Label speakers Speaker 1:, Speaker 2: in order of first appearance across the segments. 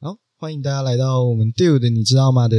Speaker 1: 好，欢迎大家来到我们 Dude 你知道吗的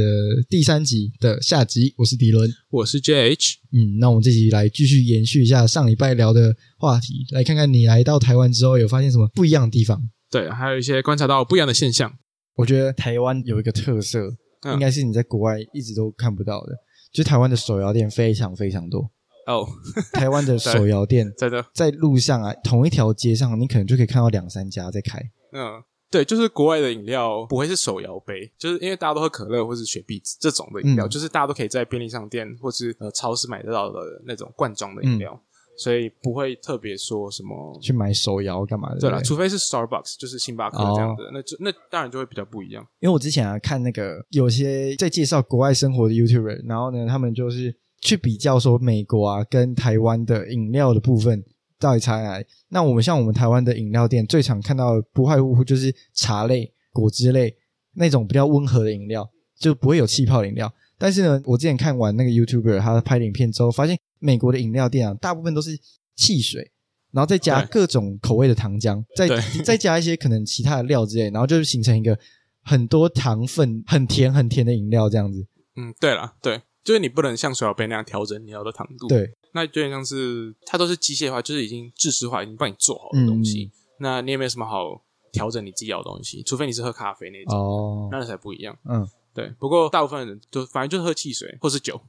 Speaker 1: 第三集的下集，我是迪伦。
Speaker 2: 我是 JH，
Speaker 1: 嗯，那我们这集来继续延续一下上礼拜聊的话题，来看看你来到台湾之后有发现什么不一样的地方。
Speaker 2: 对，还有一些观察到不一样的现象。
Speaker 1: 我觉得台湾有一个特色，
Speaker 2: 嗯
Speaker 1: 应该是你在国外一直都看不到的，就是台湾的手摇店非常非常 多。
Speaker 2: 哦，
Speaker 1: 台湾的手摇店
Speaker 2: 真的，
Speaker 1: 在路上啊，同一条街上，你可能就可以看到两三家在开。
Speaker 2: 嗯，对，就是国外的饮料不会是手摇杯，就是因为大家都喝可乐或是雪碧这种的饮料，
Speaker 1: 嗯
Speaker 2: 就是大家都可以在便利商店或是呃超市买得到的那种罐装的饮料，所以不会特别说什么。
Speaker 1: 去买手摇干嘛的？
Speaker 2: 对哦
Speaker 1: 不
Speaker 2: 啦，除非是 Starbucks，就是星巴克这样的，那就那当然就会比较不一样。
Speaker 1: 因为我之前啊看那个有些在介绍国外生活的 YouTuber，然后呢，他们就是去比较说美国啊跟台湾的饮料的部分到底差在哪里。那我们像我们台湾的饮料店，最常看到的不外乎就是茶类、果汁类那种比较温和的饮料，就不会有气泡饮料。但是呢，我之前看完那个 YouTuber 他拍的影片之后，发现美国的饮料店啊，大部分都是汽水，然后再加
Speaker 2: 对
Speaker 1: 各种口味的糖浆，再
Speaker 2: 对
Speaker 1: 再加一些可能其他的料之类，然后就是形成一个很多糖分、很甜很甜的饮料这样子。
Speaker 2: 嗯，对啦，对，就是你不能像手摇杯那样调整饮料的糖度。
Speaker 1: 对，
Speaker 2: 那有点像是它都是机械化，就是已经制式化，已经帮你做好的东
Speaker 1: 嗯
Speaker 2: 西。那你也没有什么好调整你自己要的东西，除非你是喝咖啡那种，
Speaker 1: 哦，
Speaker 2: 那才不一样。
Speaker 1: 嗯，
Speaker 2: 对，不过大部分人就反正就是喝汽水或是酒，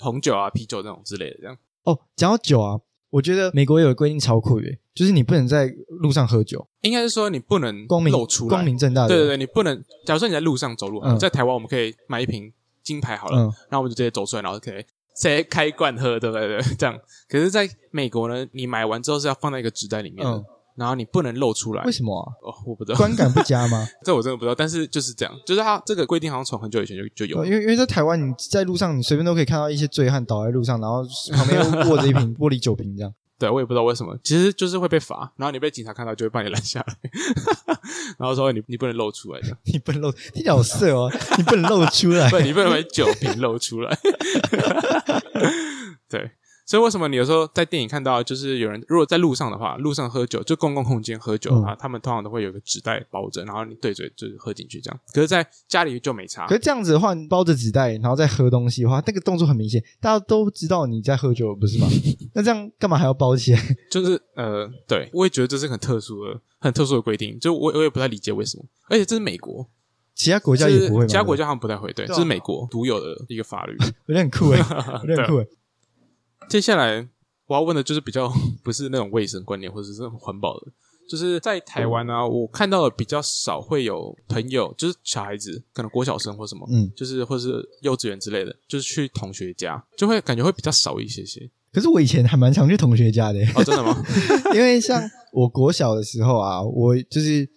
Speaker 2: 红酒啊、啤酒那种之类的，这样。
Speaker 1: 哦，讲到酒啊，我觉得美国有个规定超酷的，就是你不能在路上喝酒，
Speaker 2: 应该是说你不能
Speaker 1: 光明
Speaker 2: 露出来，
Speaker 1: 光明正大的。
Speaker 2: 对对对，你不能。假如说你在路上走路，
Speaker 1: 嗯
Speaker 2: 在台湾我们可以买一瓶金牌好了，
Speaker 1: 嗯
Speaker 2: 然后我们就直接走出来，然后可以直接开罐喝，对不对？ 对这样。可是，在美国呢，你买完之后是要放在一个纸袋里面的，
Speaker 1: 嗯
Speaker 2: 然后你不能露出来
Speaker 1: 为。什么 啊？
Speaker 2: 哦，我不知道，
Speaker 1: 观感不佳 吗？
Speaker 2: 这我真的不知道。但是就是这样，就是它这个规定好像从很久以前就就有
Speaker 1: 哦
Speaker 2: 了。
Speaker 1: 因为因为在台湾，你在路上你随便都可以看到一些醉汉倒在路上，然后旁边又握着一瓶 玻璃酒瓶这样。
Speaker 2: 对，我也不知道为什么，其实就是会被罚，然后你被警察看到就会把你拦下来， 然后说你你不能露出来的，
Speaker 1: 你不能露，你好色哦， 你不能露出来。
Speaker 2: 对，你不能把酒瓶露出来。对，所以为什么你有时候在电影看到，就是有人如果在路上的话，路上喝酒就公共空间喝酒
Speaker 1: 嗯
Speaker 2: 的话，他们通常都会有一个纸袋包着，然后你对嘴就是喝进去这样。可是，在家里就没差
Speaker 1: 可。是这样子的话，你包着纸袋，然后再喝东西的话，那个动作很明显，大家都知道你在喝酒，不是 吗？那这样干嘛还要包起来？
Speaker 2: 就是呃，对我也觉得这是很特殊的、很特殊的规定，就我我也不太理解为什么，而且这是美国，
Speaker 1: 其他国家
Speaker 2: 就是
Speaker 1: 也不会吗？
Speaker 2: 其他国家好像不太会，对，
Speaker 1: 对啊
Speaker 2: 这是美国独有的一个法 律。啊
Speaker 1: 有点很酷哎， 有点很酷哎。
Speaker 2: 接下来我要问的就是比较 不是那种卫生观念或者是那种环保的，就是在台湾啊，我看到的比较少会有朋友，就是小孩子，可能国小生或什么，
Speaker 1: 嗯，
Speaker 2: 就是或是幼稚园之类的，就是去同学家，就会感觉会比较少一些些。
Speaker 1: 可是我以前还蛮常去同学家的，
Speaker 2: 哦，真 的吗？
Speaker 1: 因为像我国小的时候啊，我就是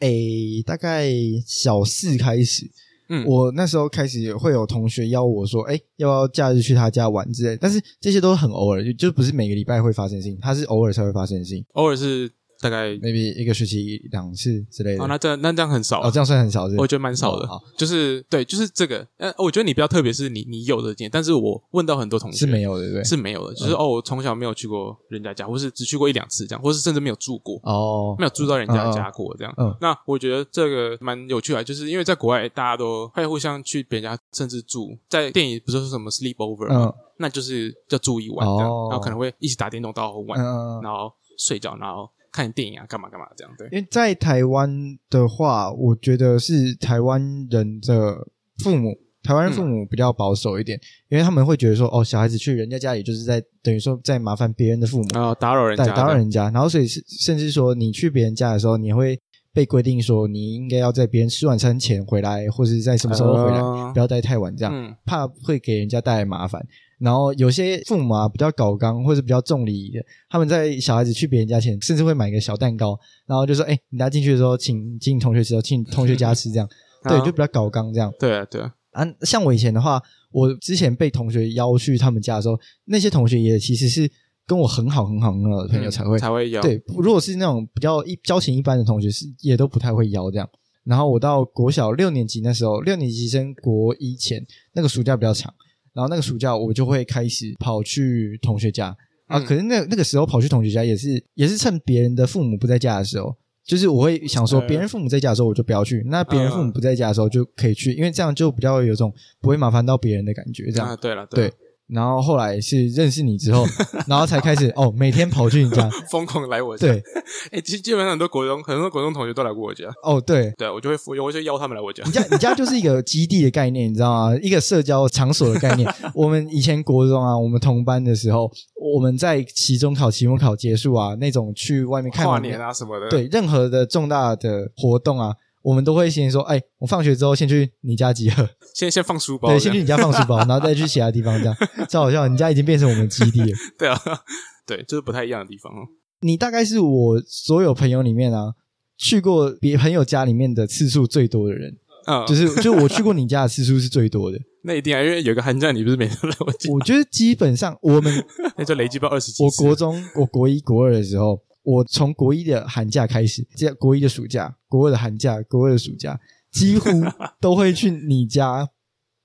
Speaker 1: 诶、大概小四开始，
Speaker 2: 嗯
Speaker 1: 我那时候开始会有同学邀我说，诶、要不要假日去他家玩之类的，但是这些都很偶尔，就就不是每个礼拜会发生的事情，它是偶尔才会发生的事情
Speaker 2: 偶尔是大概
Speaker 1: ，maybe 一个学期两次之类的。
Speaker 2: 哦，那这样那这样很少啊、
Speaker 1: 哦，这样算很少是不是
Speaker 2: 我觉得蛮少的，
Speaker 1: 哦好
Speaker 2: 就是对，就是这个。呃，我觉得你比较特别，是你你有的经验，但是我问到很多同学
Speaker 1: 是没有的，对不对？嗯
Speaker 2: 是没有的，就是、哦，我从小没有去过人家家，或是只去过一两次这样，或是甚至没有住过，
Speaker 1: 哦，
Speaker 2: 没有住到人家家过这样。
Speaker 1: 嗯嗯
Speaker 2: 那我觉得这个蛮有趣的，就是因为在国外大家都会互相去别人家，甚至住在电影不是说什么 sleep over，、
Speaker 1: 嗯
Speaker 2: 那就是要住一晚这样，
Speaker 1: 哦
Speaker 2: 然后可能会一起打电动到很晚，
Speaker 1: 嗯，嗯嗯
Speaker 2: 然后睡觉，然后看电影啊，干嘛干嘛这样。对，
Speaker 1: 因为在台湾的话，我觉得是台湾人的父母，台湾
Speaker 2: 嗯
Speaker 1: 父母比较保守一点，因为他们会觉得说，哦，小孩子去人家家里就是在等于说在麻烦别人的父母，
Speaker 2: 然后打哦扰人家
Speaker 1: 在
Speaker 2: 这样，
Speaker 1: 打扰人家，然后所以是甚至说你去别人家的时候，你会被规定说你应该要在别人吃晚餐前回来，或者是在什么时候回来，
Speaker 2: 呃
Speaker 1: 不要待太晚这样。
Speaker 2: 嗯
Speaker 1: 怕会给人家带来麻烦。然后有些父母啊比较搞刚或者比较重礼仪的，他们在小孩子去别人家前，甚至会买个小蛋糕，然后就说：“哎、你拿进去的时候，请进同学吃哦，请同学家吃。”这样，对，
Speaker 2: 啊
Speaker 1: 就比较搞刚这样
Speaker 2: 对啊对啊，
Speaker 1: 啊。像我以前的话，我之前被同学邀去他们家的时候，那些同学也其实是跟我很好很好很好的朋友
Speaker 2: 嗯
Speaker 1: 才会、
Speaker 2: 才会有，
Speaker 1: 对，如果是那种比较一交情一般的同学，是也都不太会邀这样。然后我到国小六年级那时候，六年级升国一前，那个暑假比较长，然后那个暑假我就会开始跑去同学家啊。
Speaker 2: 嗯
Speaker 1: 可是那那个时候跑去同学家也是也是趁别人的父母不在家的时候，就是我会想
Speaker 2: 哎
Speaker 1: 说，别人父母在家的时候我就不要去，那别人父
Speaker 2: 嗯
Speaker 1: 母不在家的时候就可以去，因为这样就比较有种不会麻烦到别人的感觉。这
Speaker 2: 啊，
Speaker 1: 样，
Speaker 2: 对了，
Speaker 1: 对
Speaker 2: 了，
Speaker 1: 然后后来是认识你之后，然后才开始哦，每天跑去你 家。
Speaker 2: 疯狂来我家。
Speaker 1: 对，
Speaker 2: 哎，其实基本上很多国中，很多国中同学都来过我家。
Speaker 1: 哦，对，
Speaker 2: 对，啊我就会我就会邀他们来我家
Speaker 1: 你。家你家就是一个基地的概念，你知道吗？一个社交场所的概念。我们以前国中啊，我们同班的时候，我们在期中考、期末考结束啊，那种去外面看
Speaker 2: 跨
Speaker 1: 完
Speaker 2: 年啊什么的，，
Speaker 1: 对任何的重大的活动啊，我们都会先说，哎，我放学之后先去你家集合，
Speaker 2: 先先放书包，
Speaker 1: 对，先去你家放书包，然后再去其他地方，这样超好笑。你家已经变成我们基地了。
Speaker 2: 对啊，对，就是不太一样的地方哦。
Speaker 1: 你大概是我所有朋友里面啊，去过别朋友家里面的次数最多的人，
Speaker 2: 嗯，
Speaker 1: 就是就是我去过你家的次数是最多的。
Speaker 2: 那一定啊，因为有一个寒假，你不是每天都来我家，
Speaker 1: 我觉得基本上我 们
Speaker 2: 那就累积到二十几
Speaker 1: 我
Speaker 2: 次。
Speaker 1: 国中，我国一、国二的时候，我从国一的寒假开始，这国一的暑假、国二的寒假、国二的暑假，几乎都会去你家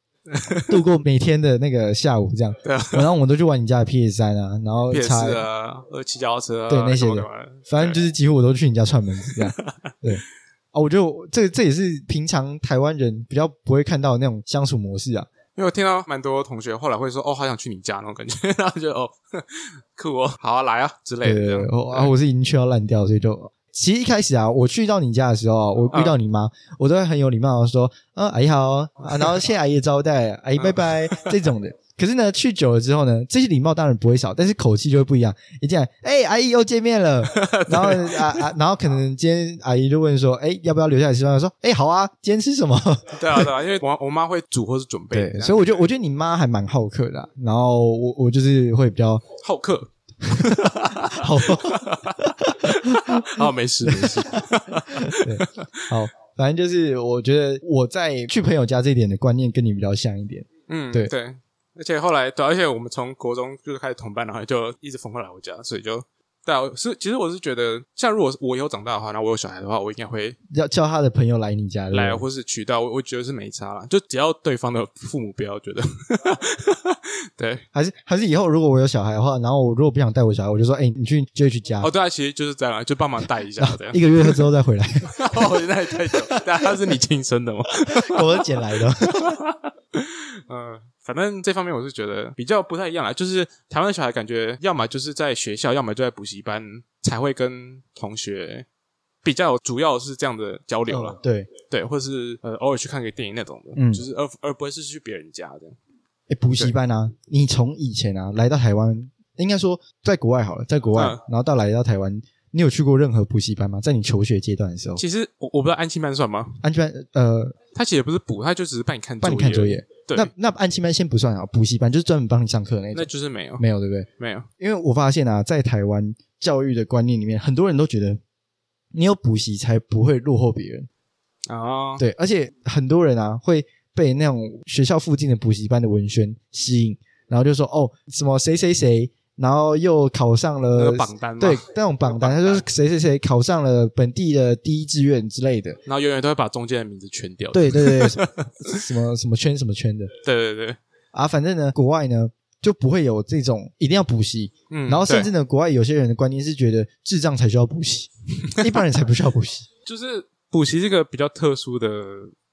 Speaker 1: 度过每天的那个下午，这样。
Speaker 2: 对啊
Speaker 1: 然后我们都去玩你家的 PS 三啊，然后
Speaker 2: P
Speaker 1: 查，
Speaker 2: S 啊，呃，骑脚踏车啊，
Speaker 1: 对那些
Speaker 2: 干
Speaker 1: 的
Speaker 2: 嘛干嘛的，
Speaker 1: 反正就是几乎我都去你家串门子这 样。对。啊，我觉得我这这也是平常台湾人比较不会看到的那种相处模式啊。
Speaker 2: 因为我听到蛮多同学后来会说，哦，好想去你家那种感觉， 然后就哦，酷哦，好啊，来啊之类
Speaker 1: 对
Speaker 2: 的
Speaker 1: 对
Speaker 2: 这样。
Speaker 1: 对，我啊，我是已经去到烂掉，所以就其实一开始啊，我去到你家的时候啊，我遇
Speaker 2: 嗯
Speaker 1: 到你妈，我都会很有礼貌的说，啊，阿姨好啊，然后谢谢阿姨的招待，阿
Speaker 2: 嗯
Speaker 1: 姨拜拜、这种的。可是呢，去久了之后呢，这些礼貌当然不会少，但是口气就会不一样。一进来，哎、阿姨又见面 了，然后啊啊，然后可能今天阿姨就问说，哎、要不要留下来吃饭？我说，哎、好啊，今天吃什么？
Speaker 2: 对啊，对啊，因为我我妈会煮或是准备，
Speaker 1: 对，所以我觉得，我觉得你妈还蛮好客的啊、然后我我就是会比较
Speaker 2: 以好客，
Speaker 1: 好。
Speaker 2: 好哦没事没事，
Speaker 1: 好，反正就是我觉得我在去朋友家这一点的观念跟你比较像一点。
Speaker 2: 嗯，
Speaker 1: 对
Speaker 2: 对。而且后来，对啊，而且我们从国中就是开始同班，然后就一直疯狂来我家，所以就对啊，是其实我是觉得，像如果我以后长大的话，那我有小孩的话，我应该会
Speaker 1: 要叫他的朋友来你家，对不对
Speaker 2: 来，或是渠道，我我觉得是没差啦，就只要对方的父母不要觉得， 对，
Speaker 1: 还是还是以后如果我有小孩的话，然后我如果不想带我小孩，我就说，哎、你去 JH 家、
Speaker 2: 哦，对啊，其实就是这样啊，就帮忙带一下这样
Speaker 1: 一。个月之后再回来，
Speaker 2: 哦，那也太久， 但他是你亲生的吗？
Speaker 1: 我是捡来 的。
Speaker 2: 嗯，反正这方面我是觉得比较不太一样啦，就是台湾的小孩感觉要么就是在学校，要么就在补习班才会跟同学比较主要是这样的交流啦。
Speaker 1: 嗯对，
Speaker 2: 对，或是呃偶尔去看个电影那种的，
Speaker 1: 嗯
Speaker 2: 就是而而不会是去别人家这样。
Speaker 1: 哎、补习班啊，你从以前啊来到台湾，应该说在国外好了，在国外，
Speaker 2: 嗯
Speaker 1: 然后到来到台湾，你有去过任何补习班吗？在你求学阶段的时候，
Speaker 2: 其实我我不知道安亲班算吗？
Speaker 1: 安全班呃，
Speaker 2: 他其实也不是补，他就只是帮你看
Speaker 1: 帮你看作业，
Speaker 2: 对，
Speaker 1: 那那安亲班先不算啊，补习班就是专门帮你上课的那
Speaker 2: 那
Speaker 1: 种，
Speaker 2: 就是没有
Speaker 1: 没有对不对？
Speaker 2: 没有，
Speaker 1: 因为我发现啊，在台湾教育的观念里面，很多人都觉得你有补习才不会落后别人。呃
Speaker 2: 哦，
Speaker 1: 对，而且很多人啊会被那种学校附近的补习班的文宣吸引，然后就说哦，什么谁谁谁，然后又考上
Speaker 2: 那
Speaker 1: 了
Speaker 2: 个榜单嘛
Speaker 1: 对，那种 榜单，他就是谁谁谁考上了本地的第一志愿之类的。
Speaker 2: 然后永远都会把中间的名字圈掉。
Speaker 1: 对对对，什么什么圈什么圈的
Speaker 2: 对对对，
Speaker 1: 啊，反正呢，国外呢就不会有这种一定要补习，
Speaker 2: 嗯，
Speaker 1: 然后甚至
Speaker 2: 对
Speaker 1: 呢，国外有些人的观念是觉得智障才需要补习，一般人才不需要补习。
Speaker 2: 就是补习这个比较特殊的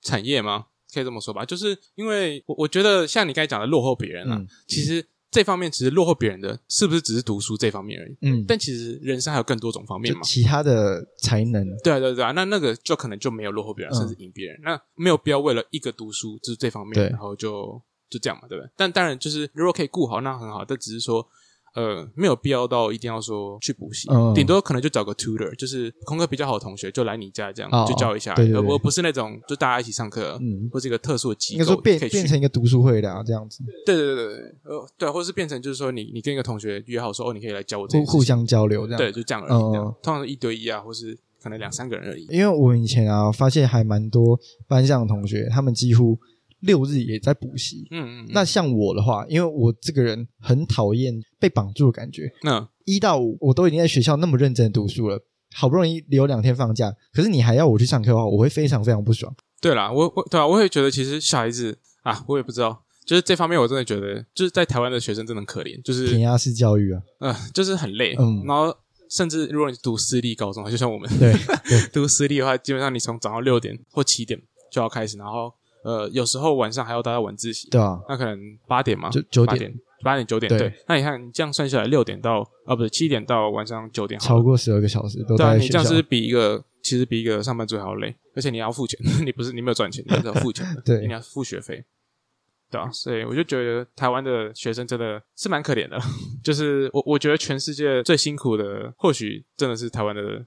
Speaker 2: 产业吗？可以这么说吧，就是因为我我觉得像你刚才讲的落后别人啊，
Speaker 1: 嗯
Speaker 2: 其实这方面其实落后别人的是不是只是读书这方面而已？
Speaker 1: 嗯，
Speaker 2: 但其实人生还有更多种方面
Speaker 1: 就
Speaker 2: 嘛。
Speaker 1: 其他的才能，
Speaker 2: 对啊，对啊对啊，那那个就可能就没有落后别
Speaker 1: 嗯
Speaker 2: 人，甚至赢别人。那没有必要为了一个读书就是这方面，
Speaker 1: 对
Speaker 2: 然后就就这样嘛，对不对？但当然就是如果可以顾好，那很好。但只是说，呃，没有必要到一定要说去补习，
Speaker 1: 嗯
Speaker 2: 顶多可能就找个 tutor，就是功课比较好的同学就来你家这样、
Speaker 1: 哦
Speaker 2: 就教一下，
Speaker 1: 对对对
Speaker 2: 而而不是那种就大家一起上课，
Speaker 1: 嗯
Speaker 2: 或是一个特殊的机
Speaker 1: 应
Speaker 2: 构
Speaker 1: 该说变
Speaker 2: 可以去
Speaker 1: 变成一个读书会的啊，这样子
Speaker 2: 对对对对对，呃，对，或是变成就是说你你跟一个同学约好说哦，你可以来教我这
Speaker 1: 互
Speaker 2: 个
Speaker 1: 互相交流这样。
Speaker 2: 对，，就这样而已。这样
Speaker 1: 嗯
Speaker 2: 通常是一对一啊，或是可能两三个人而已。
Speaker 1: 因为我们以前啊，发现还蛮多班上的同学，他们几乎六日也在补习。
Speaker 2: 嗯嗯，
Speaker 1: 那像我的话，因为我这个人很讨厌被绑住的感觉，
Speaker 2: 那
Speaker 1: 一到五我都已经在学校那么认真地读书了，好不容易留两天放假，可是你还要我去上课的话，我会非常非常不爽。
Speaker 2: 对啦，我我对啊，我也觉得其实小孩子啊，我也不知道，就是这方面我真的觉得，就是在台湾的学生真的很可怜，就是
Speaker 1: 填鸭式教育啊，
Speaker 2: 呃，就是很累，
Speaker 1: 嗯
Speaker 2: 然后甚至如果你读私立高中，就像我们
Speaker 1: 对，
Speaker 2: 读私立的话，基本上你从早上六点或七点就要开始，然后呃，有时候晚上还要待到晚自习，
Speaker 1: 对啊，
Speaker 2: 那可能八点嘛，
Speaker 1: 九九
Speaker 2: 八
Speaker 1: 点
Speaker 2: 点，八点九点，
Speaker 1: 对
Speaker 2: 对。那你看，你这样算下来，六点到啊，不是七点到晚上九点好了，
Speaker 1: 超过十二个小时都
Speaker 2: 对啊，
Speaker 1: 待在
Speaker 2: 你
Speaker 1: 学
Speaker 2: 这样
Speaker 1: 校
Speaker 2: 是不。是比一个其实比一个上班族还要累，而且你还要付钱， 你不是你没有赚钱，你是要付钱 的，
Speaker 1: 对
Speaker 2: 你要付学费，对啊，所以我就觉得台湾的学生真的是蛮可怜的， 就是我我觉得全世界最辛苦的，或许真的是台湾的。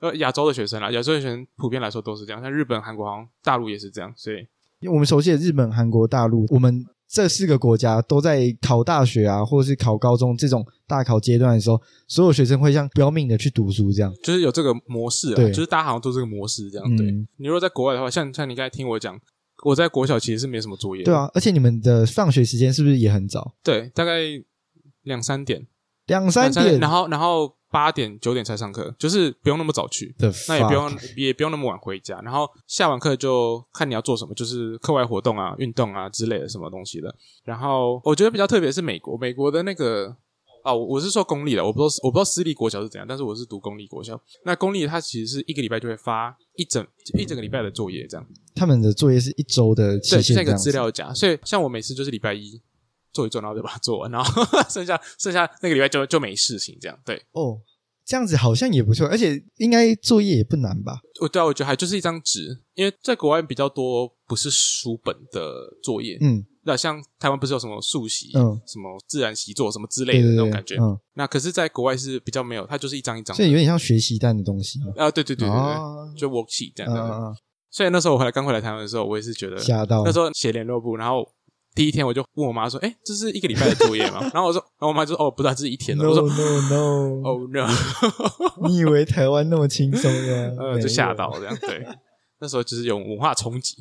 Speaker 2: 呃，亚洲的学生啦，亚洲的学生普遍来说都是这样，像日本、韩国、好像大陆也是这样，所以
Speaker 1: 因为我们熟悉的日本、韩国、大陆，我们这四个国家都在考大学啊，或者是考高中这种大考阶段的时候，所有学生会像不要命的去读书，这样。
Speaker 2: 就是有这个模式啊，
Speaker 1: 对
Speaker 2: 就是大家好像都这个模式这样。啊对
Speaker 1: 嗯，
Speaker 2: 你如果在国外的话，像像你刚才听我讲，我在国小其实是没有什么作业的，
Speaker 1: 对啊，而且你们的放学时间是不是也很早？
Speaker 2: 对，大概两三点，
Speaker 1: 两三
Speaker 2: 点，
Speaker 1: 点
Speaker 2: 然后然后八点九点才上课，就是不用那么早去，
Speaker 1: 的，
Speaker 2: 那也不用也不用那么晚回家，然后下完课就看你要做什么，就是课外活动啊、运动啊之类的什么东西的。然后我觉得比较特别是美国，美国的那个。啊，我我是说公立的，我不知道我不知道私立国小是怎样，但是我是读公立国小。那公立它其实是一个礼拜就会发一整一整个礼拜的作业这样，
Speaker 1: 他们的作业是一周的期
Speaker 2: 对，是
Speaker 1: 限
Speaker 2: 那
Speaker 1: 这
Speaker 2: 个
Speaker 1: 样
Speaker 2: 资
Speaker 1: 子。
Speaker 2: 料夹。所以像我每次就是礼拜一做一做，然后就把它做完，然后 剩下剩下那个礼拜就就没事情这样。对，
Speaker 1: 哦，这样子好像也不错，而且应该作业也不难吧？
Speaker 2: 我对啊，我觉得还就是一张纸，因为在国外比较多不是书本的作业，
Speaker 1: 嗯，
Speaker 2: 那、像台湾不是有什么数习、
Speaker 1: 嗯
Speaker 2: 什么自然习作什么之类
Speaker 1: 对
Speaker 2: 的
Speaker 1: 对
Speaker 2: 那
Speaker 1: 对，
Speaker 2: 种感觉。
Speaker 1: 嗯，
Speaker 2: 那可是，在国外是比较没有，它就是一张一张
Speaker 1: 所以有点像学习单的东西。
Speaker 2: 啊，对对对对对，
Speaker 1: 哦
Speaker 2: 就 worksheet 这样
Speaker 1: 嗯
Speaker 2: 的。
Speaker 1: 嗯
Speaker 2: 所以那时候我回来刚回来台湾的时候，我也是觉得
Speaker 1: 嗯，吓到
Speaker 2: 那时候写联络簿，然后。第一天我就问我妈说：“哎、这是一个礼拜的作业吗？” 然后我说，然后我妈就说：“哦，不知道，这是一天的。”我
Speaker 1: ，no
Speaker 2: 说
Speaker 1: no：“
Speaker 2: 哦 no，？
Speaker 1: no，你以为台湾那么轻松啊呀
Speaker 2: 呃，就吓到这样。对，那时候就是有文化冲击。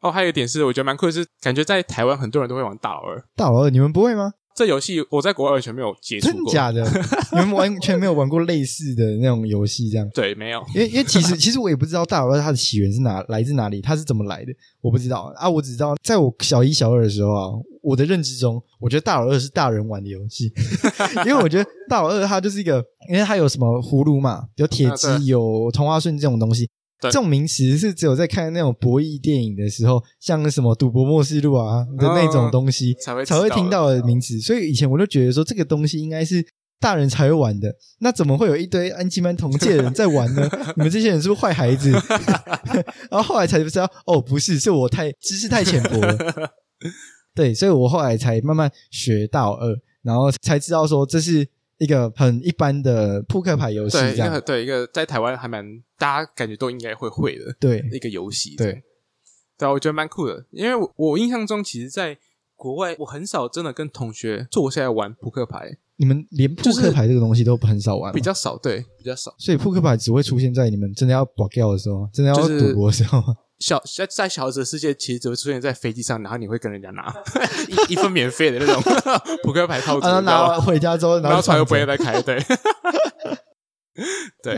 Speaker 2: 哦，还有一点是我觉得蛮酷的是，感觉在台湾很多人都会玩大老二。
Speaker 1: 大老二，你们不会吗？
Speaker 2: 这游戏我在国外完全没有接触
Speaker 1: 真
Speaker 2: 过，
Speaker 1: 假的？ 你们完全没有玩过类似的那种游戏，这样？
Speaker 2: 对，没有。
Speaker 1: 因为因为其实其实我也不知道大老二它的起源是哪来自哪里，它是怎么来的，我不知道啊。我只知道在我小一小二的时候啊，我的认知中，我觉得大老二是大人玩的游戏， 因为我觉得大老二它就是一个，因为它有什么葫芦嘛，有铁
Speaker 2: 啊对
Speaker 1: 鸡，有同花顺这种东西。
Speaker 2: 对
Speaker 1: 这种名词是只有在看那种博弈电影的时候，像什么《赌博默示录》啊的那种
Speaker 2: 嗯
Speaker 1: 东西，
Speaker 2: 才会
Speaker 1: 才会
Speaker 2: 知道嗯
Speaker 1: 听到的名词。所以以前我就觉得说，这个东西应该是大人才会玩的。那怎么会有一堆安亲班同届的人在玩 呢？你们这些人是不是坏孩子？然后后来才知道，哦，不是，是我太知识太浅薄了。 对，所以我后来才慢慢学到二，然后才知道说这是一个很一般的扑克牌游戏，
Speaker 2: 对，
Speaker 1: 这
Speaker 2: 一个
Speaker 1: 样
Speaker 2: 对一个在台湾还蛮大家感觉都应该会会的
Speaker 1: 对
Speaker 2: 一个游戏。
Speaker 1: 对，
Speaker 2: 对啊，我觉得蛮酷的，因为我我印象中其实，在国外我很少真的跟同学坐下来玩扑克牌，
Speaker 1: 你们连扑克牌这个东西都很少玩吗，
Speaker 2: 比较少，对，比较少。
Speaker 1: 所以扑克牌只会出现在你们真的要保掉的时候，真的要
Speaker 2: 就是
Speaker 1: 赌博的时候。
Speaker 2: 小在在小孩子的世界，其实只会出现在飞机上，然后你会跟人家 拿一一份免费的那种扑克牌套组，
Speaker 1: 啊，然后
Speaker 2: 你知
Speaker 1: 拿
Speaker 2: 道吗
Speaker 1: 完回家之后，
Speaker 2: 然后
Speaker 1: 后
Speaker 2: 船又
Speaker 1: 又
Speaker 2: 不会再开， 对，对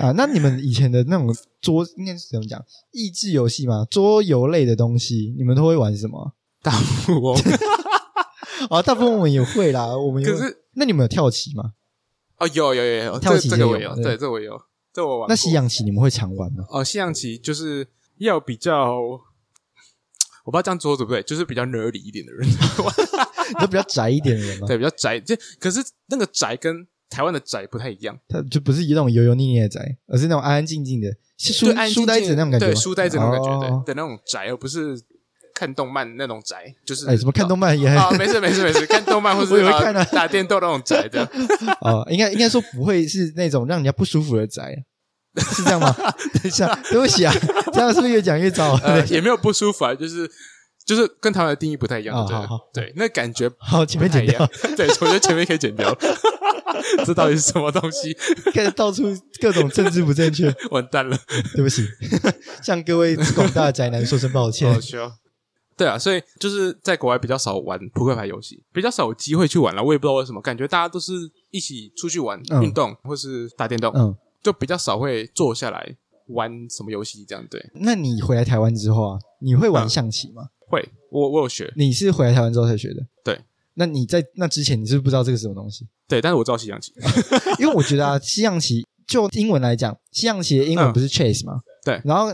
Speaker 1: 啊。那你们以前的那种桌，应该是怎么讲？益智游戏嘛，桌游类的东西，你们都会玩什么？
Speaker 2: 大 富翁。
Speaker 1: 啊，大部分我们也会啦，我们也
Speaker 2: 可
Speaker 1: 会
Speaker 2: 是
Speaker 1: 那你们有跳棋吗？
Speaker 2: 哦，有有有有，
Speaker 1: 跳
Speaker 2: 这
Speaker 1: 棋
Speaker 2: 这个
Speaker 1: 也
Speaker 2: 我
Speaker 1: 有
Speaker 2: 有，
Speaker 1: 对
Speaker 2: 对，这我有，这我玩过。
Speaker 1: 那西洋棋你们会常玩吗？
Speaker 2: 哦，西洋棋就是要比较，我不知道这样说对不对，就是比较 nerdy 一点的人，
Speaker 1: 嗯你都比较宅一点的人吗？
Speaker 2: 对，比较宅。这可是那个宅跟台湾的宅不太一样，
Speaker 1: 他就不是那种油油腻腻的宅，而是那种安安静静的，是书
Speaker 2: 对安静
Speaker 1: 书呆子
Speaker 2: 静
Speaker 1: 那种感觉吗，
Speaker 2: 对，书呆子那种感觉，
Speaker 1: 哦
Speaker 2: 对的那种宅，而不是看动漫那种宅，就是
Speaker 1: 哎，什么看动漫也
Speaker 2: 啊，
Speaker 1: 很
Speaker 2: 没事没事没事，看动漫或
Speaker 1: 我
Speaker 2: 是
Speaker 1: 以为看啊
Speaker 2: 呃打电动那种宅 的，
Speaker 1: 哦，应该应该说不会是那种让人家不舒服的宅，啊是这样 吗？等一下，对不起啊，这样是不是越讲越糟？
Speaker 2: 呃，也没有不舒服啊，就是就是跟台湾的定义不太一样，
Speaker 1: 哦
Speaker 2: 对
Speaker 1: 好好
Speaker 2: 对，那感觉
Speaker 1: 好，前面
Speaker 2: 不太
Speaker 1: 剪
Speaker 2: 一
Speaker 1: 掉
Speaker 2: 样。，对，我觉得前面可以剪 掉，这到底是什么东西？
Speaker 1: 开始到处各种政治不正 确，
Speaker 2: 完蛋了，
Speaker 1: 对不 起，向各位广大宅男说声抱歉
Speaker 2: 好。笑。对啊，所以就是在国外比较少玩扑克牌游戏，比较少有机会去玩了。我也不知道为什么，感觉大家都是一起出去玩、
Speaker 1: 嗯
Speaker 2: 运动或是打电动，
Speaker 1: 嗯，
Speaker 2: 就比较少会坐下来玩什么游戏这样。对，
Speaker 1: 那你回来台湾之后啊，你会玩
Speaker 2: 嗯
Speaker 1: 象棋吗？
Speaker 2: 会，我我有学，
Speaker 1: 你是回来台湾之后才学的？
Speaker 2: 对。
Speaker 1: 那 你在那之前，你是不是不知道这个是什么东西？
Speaker 2: 对，但是我知道西洋棋，
Speaker 1: 因为我觉得啊，西洋棋就英文来讲，西洋棋的英文
Speaker 2: 嗯
Speaker 1: 不是 chess 吗？
Speaker 2: 对
Speaker 1: 然后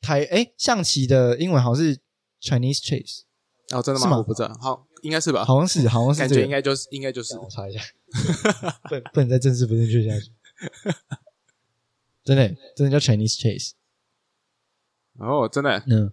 Speaker 1: 台哎，象棋的英文好像是 Chinese chess，
Speaker 2: 哦，真的
Speaker 1: 是吗
Speaker 2: 吗？我不知道，好，应该是吧？
Speaker 1: 好像是好像是
Speaker 2: 啊感
Speaker 1: 这个
Speaker 2: 觉应该就是应该就是
Speaker 1: 我 查一下，不 能不能再正式不正确下去。 真的，真的叫 Chinese chase。
Speaker 2: 哦，真的，
Speaker 1: 嗯，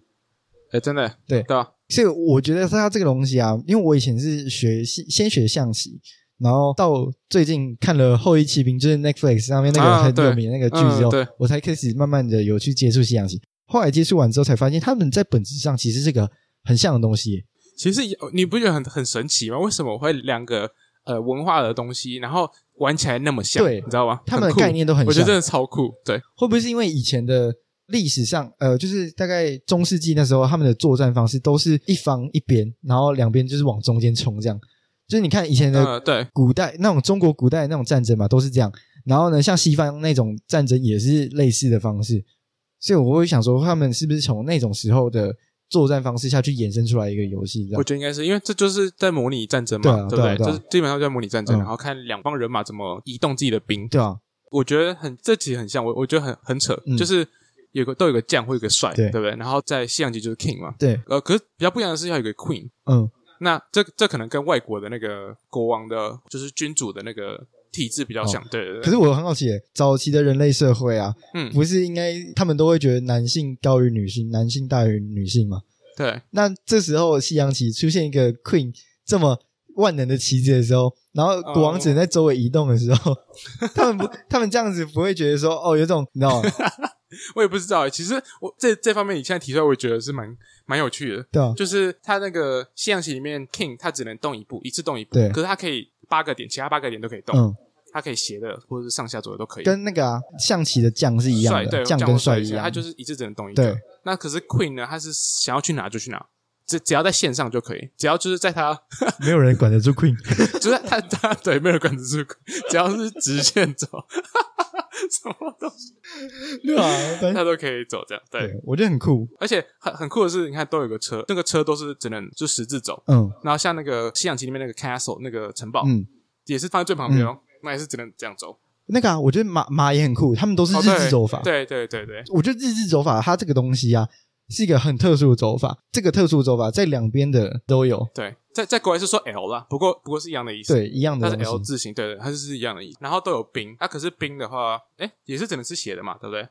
Speaker 2: 哎，真的，
Speaker 1: 对
Speaker 2: 对吧？
Speaker 1: 所以我觉得它这个东西啊，因为我以前是学西先学象棋，然后到最近看了《后羿骑兵》，就是 Netflix 上面那个
Speaker 2: 啊
Speaker 1: 很有
Speaker 2: 对
Speaker 1: 名的那个剧之
Speaker 2: 嗯
Speaker 1: 后，
Speaker 2: 对
Speaker 1: 我才开始慢慢的有去接触西洋棋。后来接触完之后，才发现他们在本质上其实是个很像的东西耶。
Speaker 2: 其实也你不觉得很很神奇吗？为什么会两个呃文化的东西，然后玩起来那么像？
Speaker 1: 对
Speaker 2: 你知道吗？
Speaker 1: 他们
Speaker 2: 很
Speaker 1: 的
Speaker 2: 酷
Speaker 1: 概念都很
Speaker 2: 我觉
Speaker 1: 像
Speaker 2: 得真的超酷。对，
Speaker 1: 会不会是因为以前的历史上，呃，就是大概中世纪那时候，他们的作战方式都是一方一边，然后两边就是往中间冲，这样。就是你看以前的
Speaker 2: 呃，对，
Speaker 1: 古代那种中国古代那种战争嘛，都是这样。然后呢，像西方那种战争也是类似的方式，所以我会想说，他们是不是从那种时候的作战方式下去衍生出来一个游戏这
Speaker 2: 我
Speaker 1: 样？
Speaker 2: 觉得应该是因为这就是在模拟战争
Speaker 1: 对
Speaker 2: 嘛，
Speaker 1: 啊
Speaker 2: 不
Speaker 1: 对啊
Speaker 2: 对？
Speaker 1: 对啊
Speaker 2: 就是基本上就在模拟战争，
Speaker 1: 嗯
Speaker 2: 然后看两方人马怎么移动自己的兵。
Speaker 1: 对啊，
Speaker 2: 我觉得很这其实很像，我我觉得很很扯，
Speaker 1: 嗯
Speaker 2: 就是有个都有个将或有个帅，
Speaker 1: 对
Speaker 2: 对不对？然后在西洋棋就是 king 嘛，
Speaker 1: 对，
Speaker 2: 呃，可是比较不一样的是要有个 queen，
Speaker 1: 嗯，
Speaker 2: 那这这可能跟外国的那个国王的，就是君主的那个体制比较像，对对对。
Speaker 1: 哦可是我很好奇耶，早期的人类社会啊，
Speaker 2: 嗯，
Speaker 1: 不是应该他们都会觉得男性高于女性，男性大于女性吗？
Speaker 2: 对，
Speaker 1: 那这时候西洋棋出现一个 queen 这么万能的棋子的时候，然后
Speaker 2: 哦
Speaker 1: 国王只能在周围移动的时 候，他们不，他们这样子不会觉得说，哦，有种你知道 吗？
Speaker 2: 我也不知道欸。其实我这这方面你现在提出来，我也觉得是蛮蛮有趣的。
Speaker 1: 对啊，
Speaker 2: 就是他那个西洋棋里面，king 他只能动一步，一次动一步，
Speaker 1: 对
Speaker 2: 可是他可以八个点，其他八个点都可以动，
Speaker 1: 嗯，
Speaker 2: 他可以斜的或者是上下左右都可以。
Speaker 1: 跟那个啊象棋的将是一样
Speaker 2: 帅对
Speaker 1: 的，将跟帅
Speaker 2: 帅
Speaker 1: 一样，
Speaker 2: 他就是一次只能动一
Speaker 1: 对
Speaker 2: 个。那可是 queen 呢，他是想要去哪就去哪。只只要在线上就可以，只要就是在他，
Speaker 1: 没有人管得住 queen，
Speaker 2: 就是他他对没有人管得住，只要是直线走，什么东西
Speaker 1: 对啊，反正
Speaker 2: 他都可以走这样。对，
Speaker 1: 对我觉得很酷，
Speaker 2: 而且很很酷的是，你看都有个车，那个车都是只能就十字走。
Speaker 1: 嗯
Speaker 2: 然后像那个西洋棋里面那个 castle 那个城堡，
Speaker 1: 嗯，
Speaker 2: 也是放在最旁边哦，那也是只能这样走。
Speaker 1: 那个啊，我觉得马马也很酷，他们都是
Speaker 2: 哦
Speaker 1: 日
Speaker 2: 对
Speaker 1: 字走法，
Speaker 2: 对对对对，
Speaker 1: 我觉得日字走法它这个东西啊。是一个很特殊的走法，这个特殊的走法在两边的都有，
Speaker 2: 对，在在国外是说 L 啦，不过不过是一样的意思。
Speaker 1: 对，一样的
Speaker 2: 它是
Speaker 1: 东西。
Speaker 2: L 字形，对对，它就是一样的意思。然后都有兵，那、可是兵的话，哎，也是只能是斜的嘛，对不对？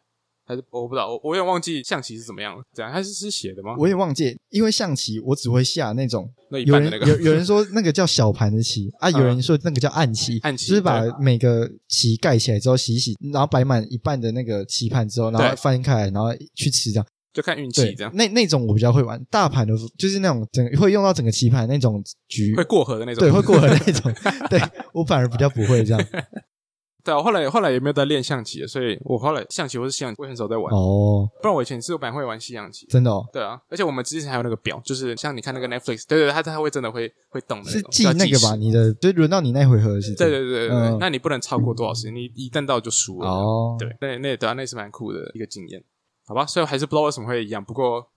Speaker 2: 还是我不知道，我我有点忘记象棋是怎么样了，怎样？它是是斜的吗？
Speaker 1: 我也忘记，因为象棋我只会下那种，
Speaker 2: 那一
Speaker 1: 有
Speaker 2: 半
Speaker 1: 人
Speaker 2: 的那个
Speaker 1: 有有 人说那个叫小盘的棋啊，
Speaker 2: 嗯
Speaker 1: 有人说那个叫暗棋，
Speaker 2: 暗棋
Speaker 1: 就是把
Speaker 2: 对
Speaker 1: 每个棋盖起来之后洗一洗，然后摆满一半的那个棋盘之后，然后
Speaker 2: 对
Speaker 1: 翻开来，然后去吃这样。
Speaker 2: 就看运气
Speaker 1: 对
Speaker 2: 这，样，
Speaker 1: 那那种我比较会玩，大盘的就是那种整会用到整个棋盘那种局
Speaker 2: 会，过河的那种。
Speaker 1: 对，会过的那种，对我反而比较不会这样。
Speaker 2: 对啊，我后来后来也没有在练象棋了，所以我后来象棋或是西洋棋我很少在玩。
Speaker 1: 哦，
Speaker 2: 不然我以前是本来会玩西洋棋。
Speaker 1: 真的哦，
Speaker 2: 对啊，而且我们之前还有那个表，就是像你看那个 Netflix，对对对，它它会真的会会动的
Speaker 1: 是
Speaker 2: 种
Speaker 1: 记
Speaker 2: 叫
Speaker 1: 那个
Speaker 2: 时
Speaker 1: 吧？你的就轮到你那回合的时间。
Speaker 2: 对对对对对，
Speaker 1: 嗯
Speaker 2: 那你不能超过多少时间，你一旦到就输了。
Speaker 1: 哦，
Speaker 2: 对，那那对啊，那也是蛮酷的一个经验，好吧？虽然还是不知道为什么会一样，不过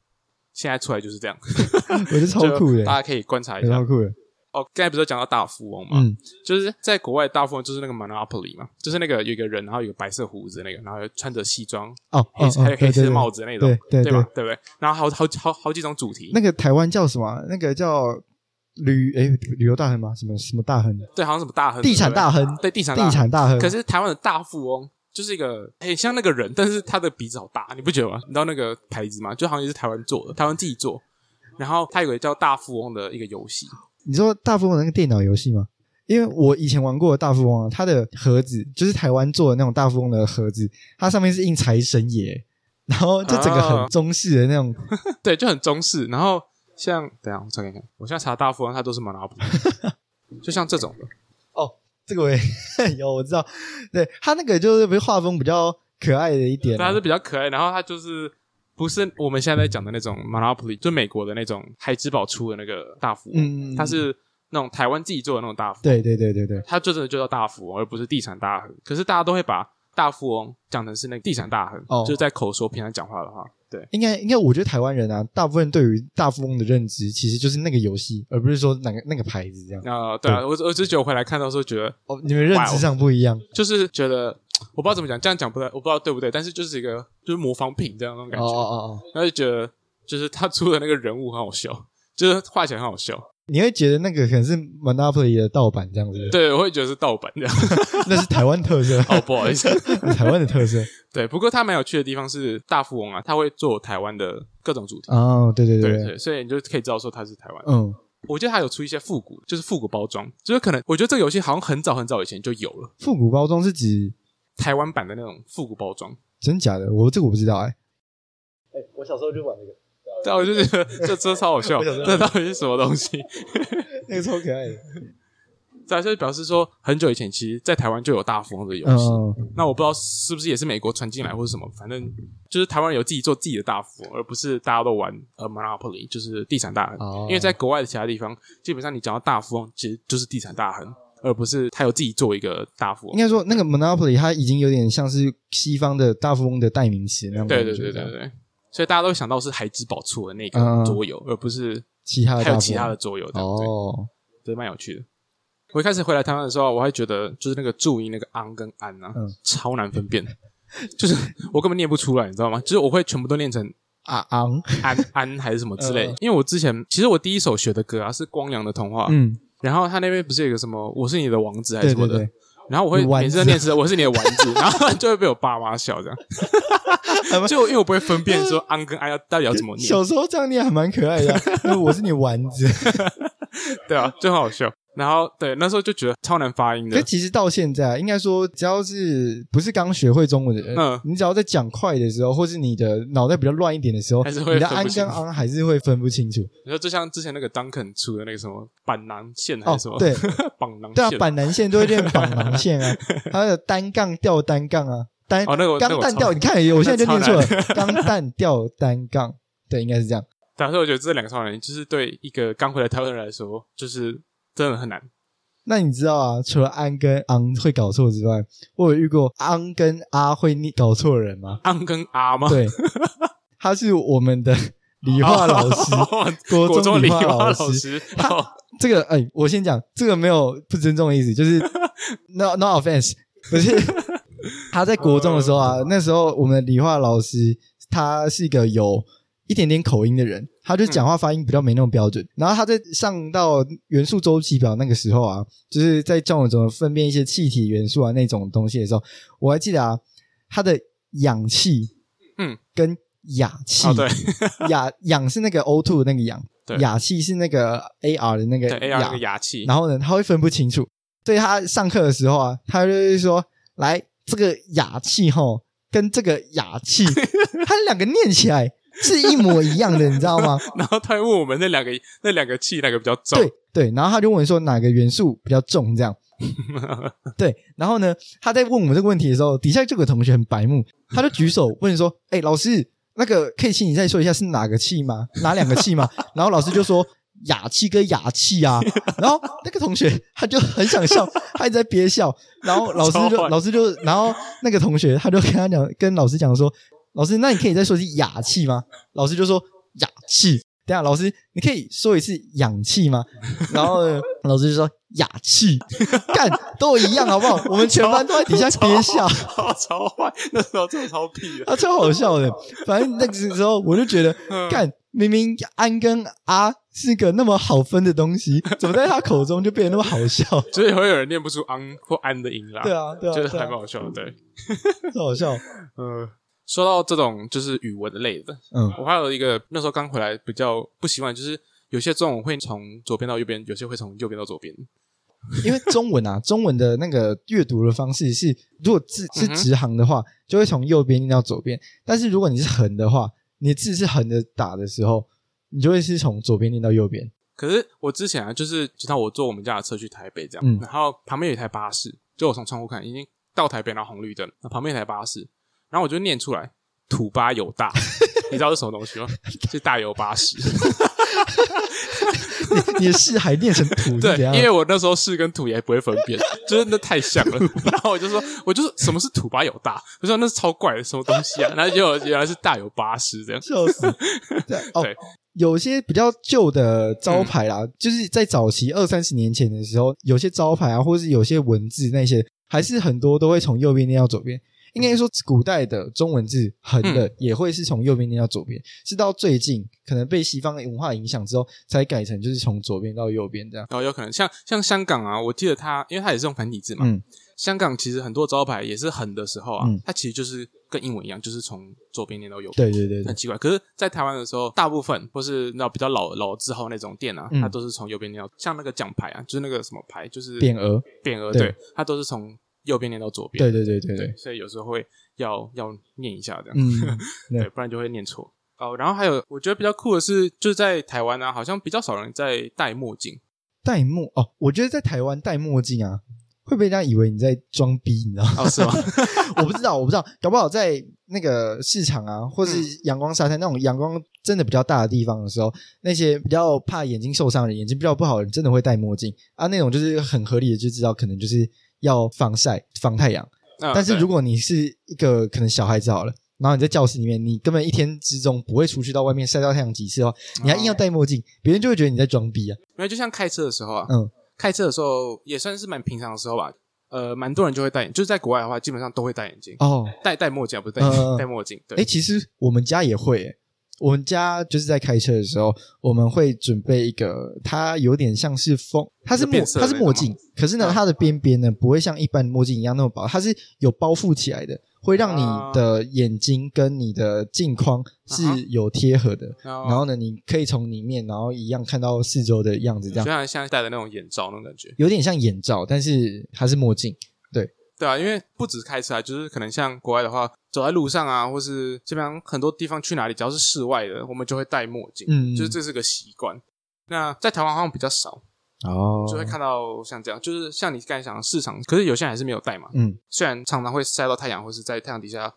Speaker 2: 现在出来就是这 样，
Speaker 1: 我觉得超酷
Speaker 2: 就
Speaker 1: 的，
Speaker 2: 大家可以观察一下
Speaker 1: 超。酷的，
Speaker 2: 哦，刚才不是有讲到大富翁嘛，
Speaker 1: 嗯
Speaker 2: 就是在国外大富翁就是那个 Monopoly 嘛，就是那个有一个人，然后有个白色胡子那个，然后穿着西装，
Speaker 1: 哦，
Speaker 2: 黑、
Speaker 1: 嗯嗯
Speaker 2: 还
Speaker 1: 对
Speaker 2: 有黑
Speaker 1: 对
Speaker 2: 色
Speaker 1: 对
Speaker 2: 帽子那种，
Speaker 1: 对对
Speaker 2: 吧？对不对？然后好好好好几种主题，
Speaker 1: 那个台湾叫什么啊？那个叫旅诶旅游大亨吗？什么什么大亨？
Speaker 2: 对，好像什么大亨，
Speaker 1: 地产大亨，
Speaker 2: 对地产大亨
Speaker 1: 地产大亨。
Speaker 2: 可是台湾的大富翁就是一个很像那个人，但是他的鼻子好大，你不觉得吗？你知道那个牌子吗？就好像也是台湾做的，台湾自己做。然后他有个叫大富翁的一个游戏，
Speaker 1: 你说大富翁那个电脑游戏吗？因为我以前玩过的大富翁啊，它的盒子就是台湾做的那种大富翁的盒子，它上面是印财神爷，然后就整个很
Speaker 2: 啊
Speaker 1: 中式的那种。
Speaker 2: 对，就很中式。然后像等一下我查给你看，我现在查大富翁，它都是 Monopoly，就像这种的，
Speaker 1: 这个我也 有我知道，对它那个就是不是画风比较可爱的一点
Speaker 2: 对，
Speaker 1: 啊、
Speaker 2: 它是比较可爱。然后它就是不是我们现在在讲的那种 Monopoly，就美国的那种海之宝出的那个大富翁，
Speaker 1: 嗯，
Speaker 2: 它是那种台湾自己做的那种大富翁。
Speaker 1: 对对对对对，
Speaker 2: 它就真的就叫大富翁，而不是地产大亨。可是大家都会把大富翁讲成是那个地产大亨，
Speaker 1: 哦
Speaker 2: 就是在口说平常讲话的话，对
Speaker 1: 应该应该，我觉得台湾人啊，大部分对于大富翁的认知其实就是那个游戏，而不是说哪个那个牌子这样。
Speaker 2: 啊、对啊，我我只是觉得我回来看到的时候觉得，
Speaker 1: 哦，你们认知上不一样，
Speaker 2: 就是觉得我不知道怎么讲，这样讲不太，我不知道对不对，但是就是一个就是模仿品这样那种感
Speaker 1: 哦
Speaker 2: 觉，
Speaker 1: 哦哦，
Speaker 2: 然后就觉得就是他出的那个人物很好笑，就是画起来很好笑，
Speaker 1: 你会觉得那个可能是 Monopoly 的盗版这样子，
Speaker 2: 对，我会觉得是盗版这样，
Speaker 1: 那是台湾特色，
Speaker 2: 哦，不好意思，
Speaker 1: 台湾的特色。
Speaker 2: 对，不过他蛮有趣的地方是大富翁啊，他会做台湾的各种主 题，
Speaker 1: 哦，对对
Speaker 2: 啊对
Speaker 1: 对，
Speaker 2: 对，所以你就可以知道说他是台湾。
Speaker 1: 嗯，
Speaker 2: 我记得他有出一些复古，就是复古包装，就是可能我觉得这个游戏好像很早很早以前就有了，
Speaker 1: 复古包装是指
Speaker 2: 台湾版的那种复古包装。
Speaker 1: 真假的？我这个我不知道哎。哎，我小时候就玩那个，
Speaker 2: 但我就觉得这车超好笑，
Speaker 1: 我想说
Speaker 2: 这到底是什么东西？
Speaker 1: 那个超可爱的。
Speaker 2: 再来就是表示说，很久以前其实在台湾就有大富翁的游戏，
Speaker 1: 嗯，
Speaker 2: 那我不知道是不是也是美国传进来或者什么，反正就是台湾人有自己做自己的大富翁，而不是大家都玩呃 Monopoly，就是地产大亨。
Speaker 1: 哦
Speaker 2: 因为在国外的其他地方，基本上你讲到大富翁，其实就是地产大亨，而不是他有自己做一个大富
Speaker 1: 应
Speaker 2: 翁。
Speaker 1: 该说那个 Monopoly 它已经有点像是西方的大富翁的代名词那种
Speaker 2: 对
Speaker 1: 感觉
Speaker 2: 对对对，对。所以大家都会想到是孩之宝出的那
Speaker 1: 嗯
Speaker 2: 个桌游，而不是
Speaker 1: 其他的大富
Speaker 2: 还有
Speaker 1: 翁
Speaker 2: 其他的桌游这样。对
Speaker 1: 哦，
Speaker 2: 对，蛮有趣的。我一开始回来台湾的时候，我还觉得就是那个注音那个昂跟安啊，
Speaker 1: 嗯
Speaker 2: 超难分辨，就是我根本念不出来，你知道吗？就是我会全部都念成
Speaker 1: 啊昂，
Speaker 2: 安安还是什么之类
Speaker 1: 嗯，
Speaker 2: 因为我之前其实我第一首学的歌啊是光良的《童话》，
Speaker 1: 嗯，
Speaker 2: 然后他那边不是有一个什么我是你的王子还
Speaker 1: 对
Speaker 2: 是什么
Speaker 1: 对
Speaker 2: 的，
Speaker 1: 对，
Speaker 2: 然后我会
Speaker 1: 丸
Speaker 2: 每次
Speaker 1: 子
Speaker 2: 都念成我是你的丸 子，然后就会被我爸妈笑这样，就因为我不会分辨说安跟安要到底要怎么念，
Speaker 1: 小时候这样念还蛮可爱 的啊。因为我是你丸子，
Speaker 2: 啊对啊，就很好笑。然后对那时候就觉得超难发音的
Speaker 1: 可，其实到现在啊，应该说，只要是不是刚学会中文的人，
Speaker 2: 嗯
Speaker 1: 你只要在讲快的时候，或是你的脑袋比较乱一点的时候，
Speaker 2: 还是会
Speaker 1: 你的
Speaker 2: 分不
Speaker 1: 安
Speaker 2: 清
Speaker 1: 跟昂还是会分不清楚。
Speaker 2: 你说就像之前那个 Duncan 出的那个什么板囊线还
Speaker 1: 哦
Speaker 2: 是什么、，
Speaker 1: 对
Speaker 2: 绑囊
Speaker 1: 对啊
Speaker 2: 线，，
Speaker 1: 板南线都会练板南线 啊，还有单杠吊单杠啊，单
Speaker 2: 哦那个我那
Speaker 1: 钢
Speaker 2: 我
Speaker 1: 弹
Speaker 2: 超
Speaker 1: 吊，你看我现在就念错
Speaker 2: 那
Speaker 1: 了，钢弹吊单杠，对，应该是这样。
Speaker 2: 对啊，所以我觉得这两个超难，就是对一个刚回来台湾的人来说，就是真的很难。
Speaker 1: 那你知道啊，除了安跟昂会搞错之外，我有遇过昂跟阿会念搞错人 吗？
Speaker 2: 昂跟阿吗？
Speaker 1: 对，他是我们的理化老师。国
Speaker 2: 哦国
Speaker 1: 中
Speaker 2: 中理
Speaker 1: 化
Speaker 2: 化
Speaker 1: 老
Speaker 2: 老师，哦
Speaker 1: 他这个哎、我先讲，这个没有不尊重的意思， 就是 no no offense，不 是他在国中的时候
Speaker 2: 哦
Speaker 1: 啊，那时候我们理化老师他是一个有一点点口音的人，他就讲话发音比较没那么标
Speaker 2: 嗯
Speaker 1: 准。然后他在上到元素周期表那个时候啊，就是在教我怎么分辨一些气体元素啊那种东西的时候，我还记得啊，他的氧气，
Speaker 2: 嗯，
Speaker 1: 跟氧气，
Speaker 2: 哦对，
Speaker 1: 氧 氧是那个 O two 那个氧
Speaker 2: 对，
Speaker 1: 氧气是那个 AR 的那个
Speaker 2: 对 AR 那个牙器，
Speaker 1: 然后呢，他会分不清楚，所以他上课的时候啊，他就会说：“来，这个氧气吼，跟这个氧 气，他两个念起来是一模一样的，你知道吗？”
Speaker 2: 然后他还问我们那两个那两个气哪个比较重？
Speaker 1: 对对，然后他就问说哪个元素比较重， 这样。对，然后呢，他在问我们这个问题的时候，底下就有个同学很白目，他就举手问说：“哎、老师，那个可以请你再说一下是哪个气吗？哪两个气吗？”然后老师就说。雅气跟雅气啊，然后那个同学他就很想笑，他一直在憋笑，然后老师
Speaker 2: 超
Speaker 1: 就
Speaker 2: 坏
Speaker 1: 老师就，然后那个同学他就跟他讲，跟老师讲说，老师，那你可以再说一次雅气吗？老师就说雅气。等一下，老师，你可以说一次氧气吗？然后呢老师就说雅气，干都一样好不好？我们全班都在底下憋笑，
Speaker 2: 超超坏，那时候真的超屁的。
Speaker 1: 啊，超好笑的。反正那个时候我就觉得，
Speaker 2: 嗯
Speaker 1: 干明明安跟阿是个那么好分的东西，怎么在他口中就变得那么好笑？
Speaker 2: 所以会有人念不出昂或安 的音啦，
Speaker 1: 对啊，对啊，
Speaker 2: 就是
Speaker 1: 对
Speaker 2: 还
Speaker 1: 啊
Speaker 2: 蛮好笑的。对，
Speaker 1: 超好笑。
Speaker 2: 嗯，说到这种就是语文类的，
Speaker 1: 嗯
Speaker 2: 我还有一个那时候刚回来比较不习惯，就是有些中文会从左边到右边，有些会从右边到左边。
Speaker 1: 因为中文啊，中文的那个阅读的方式是，如果字是
Speaker 2: 嗯哼
Speaker 1: 直行的话，就会从右边念到左边；但是如果你是横的话，你的字是横着打的时候，你就会是从左边念到右边。
Speaker 2: 可是我之前啊，就是直到我坐我们家的车去台北这样，
Speaker 1: 嗯
Speaker 2: 然后旁边有一台巴士，就我从窗户看，已经到台北，然后红绿灯，那旁边有一台巴士，然后我就念出来“土巴有 大”，你知道是什么东西吗？是大油巴士。
Speaker 1: 你你的是还念成土是
Speaker 2: 对
Speaker 1: 怎，样？
Speaker 2: 因为我那时候是跟土也不会分 辨，就是那太像了。然后我就说，我就说什么是土巴有大，我说那是超怪的什么东西啊，然后结果原来是大油巴士这样。
Speaker 1: 笑 死！对哦
Speaker 2: 对，嗯
Speaker 1: 有些比较旧的招牌啦，就是在早期二三十年前的时候，有些招牌啊，或是有些文字那些，还是很多都会从右边念到左边。应该说，古代的中文字横的
Speaker 2: 嗯
Speaker 1: 也会是从右边念到左边，是到最近可能被西方文化影响之后，才改成就是从左边到右边这样。
Speaker 2: 然后有可能像像香港啊，我记得它，因为它也是用繁体字嘛。
Speaker 1: 嗯
Speaker 2: 香港其实很多招牌也是横的时候啊，
Speaker 1: 嗯
Speaker 2: 它其实就是跟英文一样，就是从左边念到右边。
Speaker 1: 对对对对
Speaker 2: 很，奇怪，可是，在台湾的时候，大部分或是那种比较老老字号那种店啊，
Speaker 1: 嗯
Speaker 2: 它都是从右边念到，像那个奖牌啊，就是那个什么牌，就是
Speaker 1: 匾额，
Speaker 2: 匾额，
Speaker 1: 对
Speaker 2: 对，它都是从右边念到左边。
Speaker 1: 对对对对对，
Speaker 2: 所以有时候会要要念一下这样，
Speaker 1: 嗯，对
Speaker 2: 对，不然就会念错。哦，然后还有，我觉得比较酷的是，就是在台湾啊，好像比较少人在戴墨镜。
Speaker 1: 戴墨哦，我觉得在台湾戴墨镜啊，会被人家以为你在装逼，你知道吗？
Speaker 2: 哦，是吗？
Speaker 1: 我不知道，我不知道，搞不好在那个市场啊，或是阳光沙滩那种阳光真的比较大的地方的时候，那些比较怕眼睛受伤的人，眼睛比较不好的人，真的会戴墨镜啊。那种就是很合理的，就知道可能就是要防晒、防太阳。
Speaker 2: 嗯
Speaker 1: 但是
Speaker 2: 对
Speaker 1: 如果你是一个可能小孩子好了，然后你在教室里面，你根本一天之中不会出去到外面晒到太阳几次的话，你还硬要戴墨镜，别人就会觉得你在装逼啊。
Speaker 2: 因为就像开车的时候啊，
Speaker 1: 嗯，
Speaker 2: 开车的时候也算是蛮平常的时候吧。呃，蛮多人就会戴眼，就是在国外的话，基本上都会戴眼镜，
Speaker 1: 哦，
Speaker 2: 戴戴墨镜啊，不是戴眼
Speaker 1: 嗯嗯
Speaker 2: 镜，
Speaker 1: 嗯
Speaker 2: 戴墨镜。对，
Speaker 1: 哎、其实我们家也会、欸，我们家就是在开车的时候，我们会准备一个，它有点像是风，它是
Speaker 2: 就
Speaker 1: 墨
Speaker 2: 变色
Speaker 1: 它是
Speaker 2: 的那
Speaker 1: 墨
Speaker 2: 种吗
Speaker 1: 镜，可是呢，
Speaker 2: 嗯
Speaker 1: 它的边边呢不会像一般墨镜一样那么薄，它是有包覆起来的，会让你的眼睛跟你的镜框
Speaker 2: 啊啊哈啊
Speaker 1: 是有贴合的。
Speaker 2: 然
Speaker 1: 然后呢，你可以从里面，然后一样看到四周的样子，这
Speaker 2: 就
Speaker 1: 样
Speaker 2: 像像戴的那种眼罩那种感觉，
Speaker 1: 有点像眼罩，但是它是墨镜。
Speaker 2: 对啊，因为不止开车啊，就是可能像国外的话，走在路上啊，或是基本上很多地方去哪里，只要是室外的，我们就会戴墨镜，
Speaker 1: 嗯
Speaker 2: 就是这是个习惯。那在台湾好像比较少，
Speaker 1: 哦
Speaker 2: 就会看到像这样，就是像你刚才讲的市场，可是有些人还是没有戴嘛。
Speaker 1: 嗯，
Speaker 2: 虽然常常会晒到太阳，或是在太阳底下